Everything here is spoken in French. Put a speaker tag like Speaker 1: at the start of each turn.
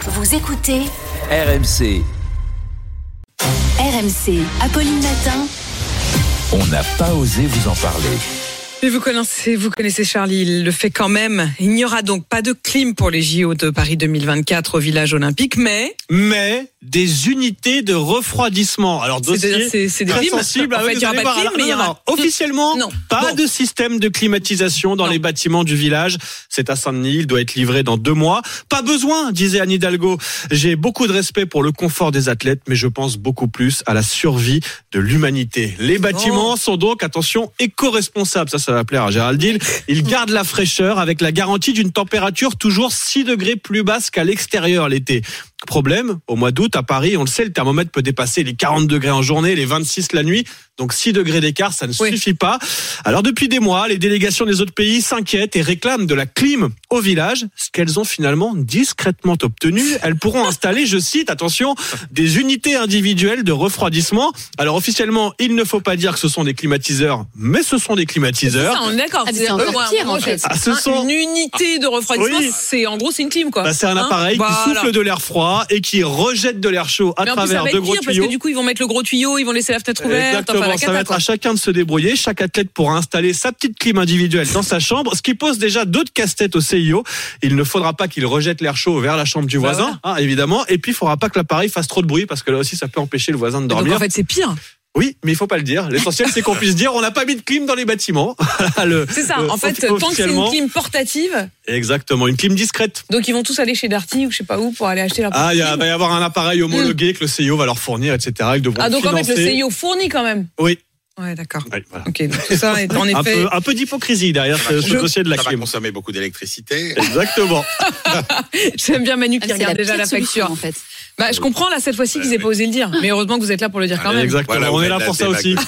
Speaker 1: Vous écoutez
Speaker 2: RMC,
Speaker 1: RMC. Apolline Matin.
Speaker 2: on n'a pas osé vous en parler.
Speaker 3: Mais vous connaissez, vous connaissez Charlie, il le fait quand même. Il n'y aura donc pas de clim pour les JO de Paris 2024 au village olympique, mais
Speaker 4: mais des unités de refroidissement. Alors
Speaker 3: C'est-à-dire,
Speaker 4: dossier
Speaker 3: c'est- c'est des
Speaker 4: très
Speaker 3: clims
Speaker 4: sensible.
Speaker 3: En
Speaker 4: Ah
Speaker 3: fait,
Speaker 4: oui,
Speaker 3: il y
Speaker 4: vous
Speaker 3: aura
Speaker 4: allez
Speaker 3: pas de clim,
Speaker 4: voir. Alors,
Speaker 3: mais il y
Speaker 4: non, non,
Speaker 3: aura-
Speaker 4: non. officiellement
Speaker 3: Non.
Speaker 4: pas
Speaker 3: Bon.
Speaker 4: de système de climatisation dans
Speaker 3: Non.
Speaker 4: les bâtiments du village. C'est à Saint-Denis, il doit être livré dans deux mois. Pas besoin, disait Anne Hidalgo. J'ai beaucoup de respect pour le confort des athlètes, mais je pense beaucoup plus à la survie de l'humanité. Les
Speaker 3: Oh.
Speaker 4: bâtiments sont donc, attention, éco-responsables. Ça, ça va plaire à Gérald Dill. Ils gardent la fraîcheur avec la garantie d'une température toujours 6 degrés plus basse qu'à l'extérieur l'été. Problème, au mois d'août, à Paris, on le sait, le thermomètre peut dépasser les 40 degrés en journée, les 26 la nuit. Donc 6 degrés d'écart, ça ne
Speaker 3: Oui.
Speaker 4: suffit pas. Alors depuis des mois, les délégations des autres pays s'inquiètent et réclament de la clim au village, ce qu'elles ont finalement discrètement obtenu. Elles pourront installer, je cite, attention, des unités individuelles de refroidissement. Alors officiellement, il ne faut pas dire que ce sont des climatiseurs, mais ce sont des climatiseurs.
Speaker 3: Ça, hein. on est d'accord.
Speaker 5: Ah, mais
Speaker 3: C'est-
Speaker 5: c'est encore
Speaker 3: moi,
Speaker 5: pire,
Speaker 3: moi,
Speaker 5: en
Speaker 3: je-
Speaker 5: fait.
Speaker 4: Ah, ce sont-
Speaker 3: Une unité de refroidissement,
Speaker 4: Oui.
Speaker 3: c'est en gros c'est une clim quoi.
Speaker 4: Bah, c'est un
Speaker 3: Hein
Speaker 4: appareil
Speaker 3: Voilà.
Speaker 4: qui souffle de l'air froid et qui rejette de l'air chaud à
Speaker 3: Mais en plus, ça
Speaker 4: travers
Speaker 3: va
Speaker 4: de
Speaker 3: être
Speaker 4: gros
Speaker 3: pire parce
Speaker 4: tuyaux.
Speaker 3: que du coup ils vont mettre le gros tuyau, ils vont laisser la fenêtre ouverte.
Speaker 4: Exactement,
Speaker 3: Enfin, la
Speaker 4: ça va
Speaker 3: cata,
Speaker 4: être
Speaker 3: quoi.
Speaker 4: à chacun de se débrouiller. Chaque athlète pourra installer sa petite clim individuelle dans sa chambre, ce qui pose déjà d'autres casse-têtes au CIO. Il ne faudra pas qu'il rejette l'air chaud vers la chambre du
Speaker 3: Bah
Speaker 4: voisin, hein, évidemment. Et puis, il faudra pas que l'appareil fasse trop de bruit parce que là aussi, ça peut empêcher le voisin de
Speaker 3: Donc
Speaker 4: dormir.
Speaker 3: en fait c'est pire.
Speaker 4: Oui, mais il faut pas le dire. L'essentiel, c'est qu'on puisse dire on n'a pas mis de clim dans les bâtiments. Ah, Le-
Speaker 3: C'est ça.
Speaker 4: le-
Speaker 3: en fait tant que c'est une
Speaker 4: Euh, officiellement.
Speaker 3: clim portative,
Speaker 4: Exactement, une clim discrète.
Speaker 3: donc ils vont tous aller chez Darty ou je sais pas où pour aller acheter leur.
Speaker 4: Ah, il y a-
Speaker 3: clim.
Speaker 4: va y avoir un appareil homologué que le CIO va leur fournir, etc. Ils devront
Speaker 3: Mm. Ah, donc en fait le
Speaker 4: financer.
Speaker 3: CIO fournit quand même.
Speaker 4: Oui.
Speaker 3: Ouais d'accord.
Speaker 4: Ouais, voilà.
Speaker 3: Ok donc tout ça est Ah, en
Speaker 4: Un
Speaker 3: effet.
Speaker 4: peu, un peu d'hypocrisie derrière ce, ce
Speaker 3: Je-
Speaker 4: dossier de la
Speaker 6: ça va
Speaker 4: clim.
Speaker 6: consommer beaucoup d'électricité.
Speaker 4: Exactement.
Speaker 3: J'aime bien Manu
Speaker 5: Ah,
Speaker 3: qui
Speaker 5: c'est
Speaker 3: regarde déjà
Speaker 5: pire
Speaker 3: la
Speaker 5: solution,
Speaker 3: facture.
Speaker 5: en fait.
Speaker 4: Ah,
Speaker 3: Bah, je comprends là cette fois-ci qu'ils aient pas osé le dire, mais heureusement que vous êtes là pour le dire quand même.
Speaker 4: Exactement.
Speaker 6: Voilà,
Speaker 4: on
Speaker 6: on
Speaker 4: est
Speaker 6: a
Speaker 4: là
Speaker 6: de la
Speaker 4: pour ça
Speaker 6: débacle.
Speaker 4: aussi.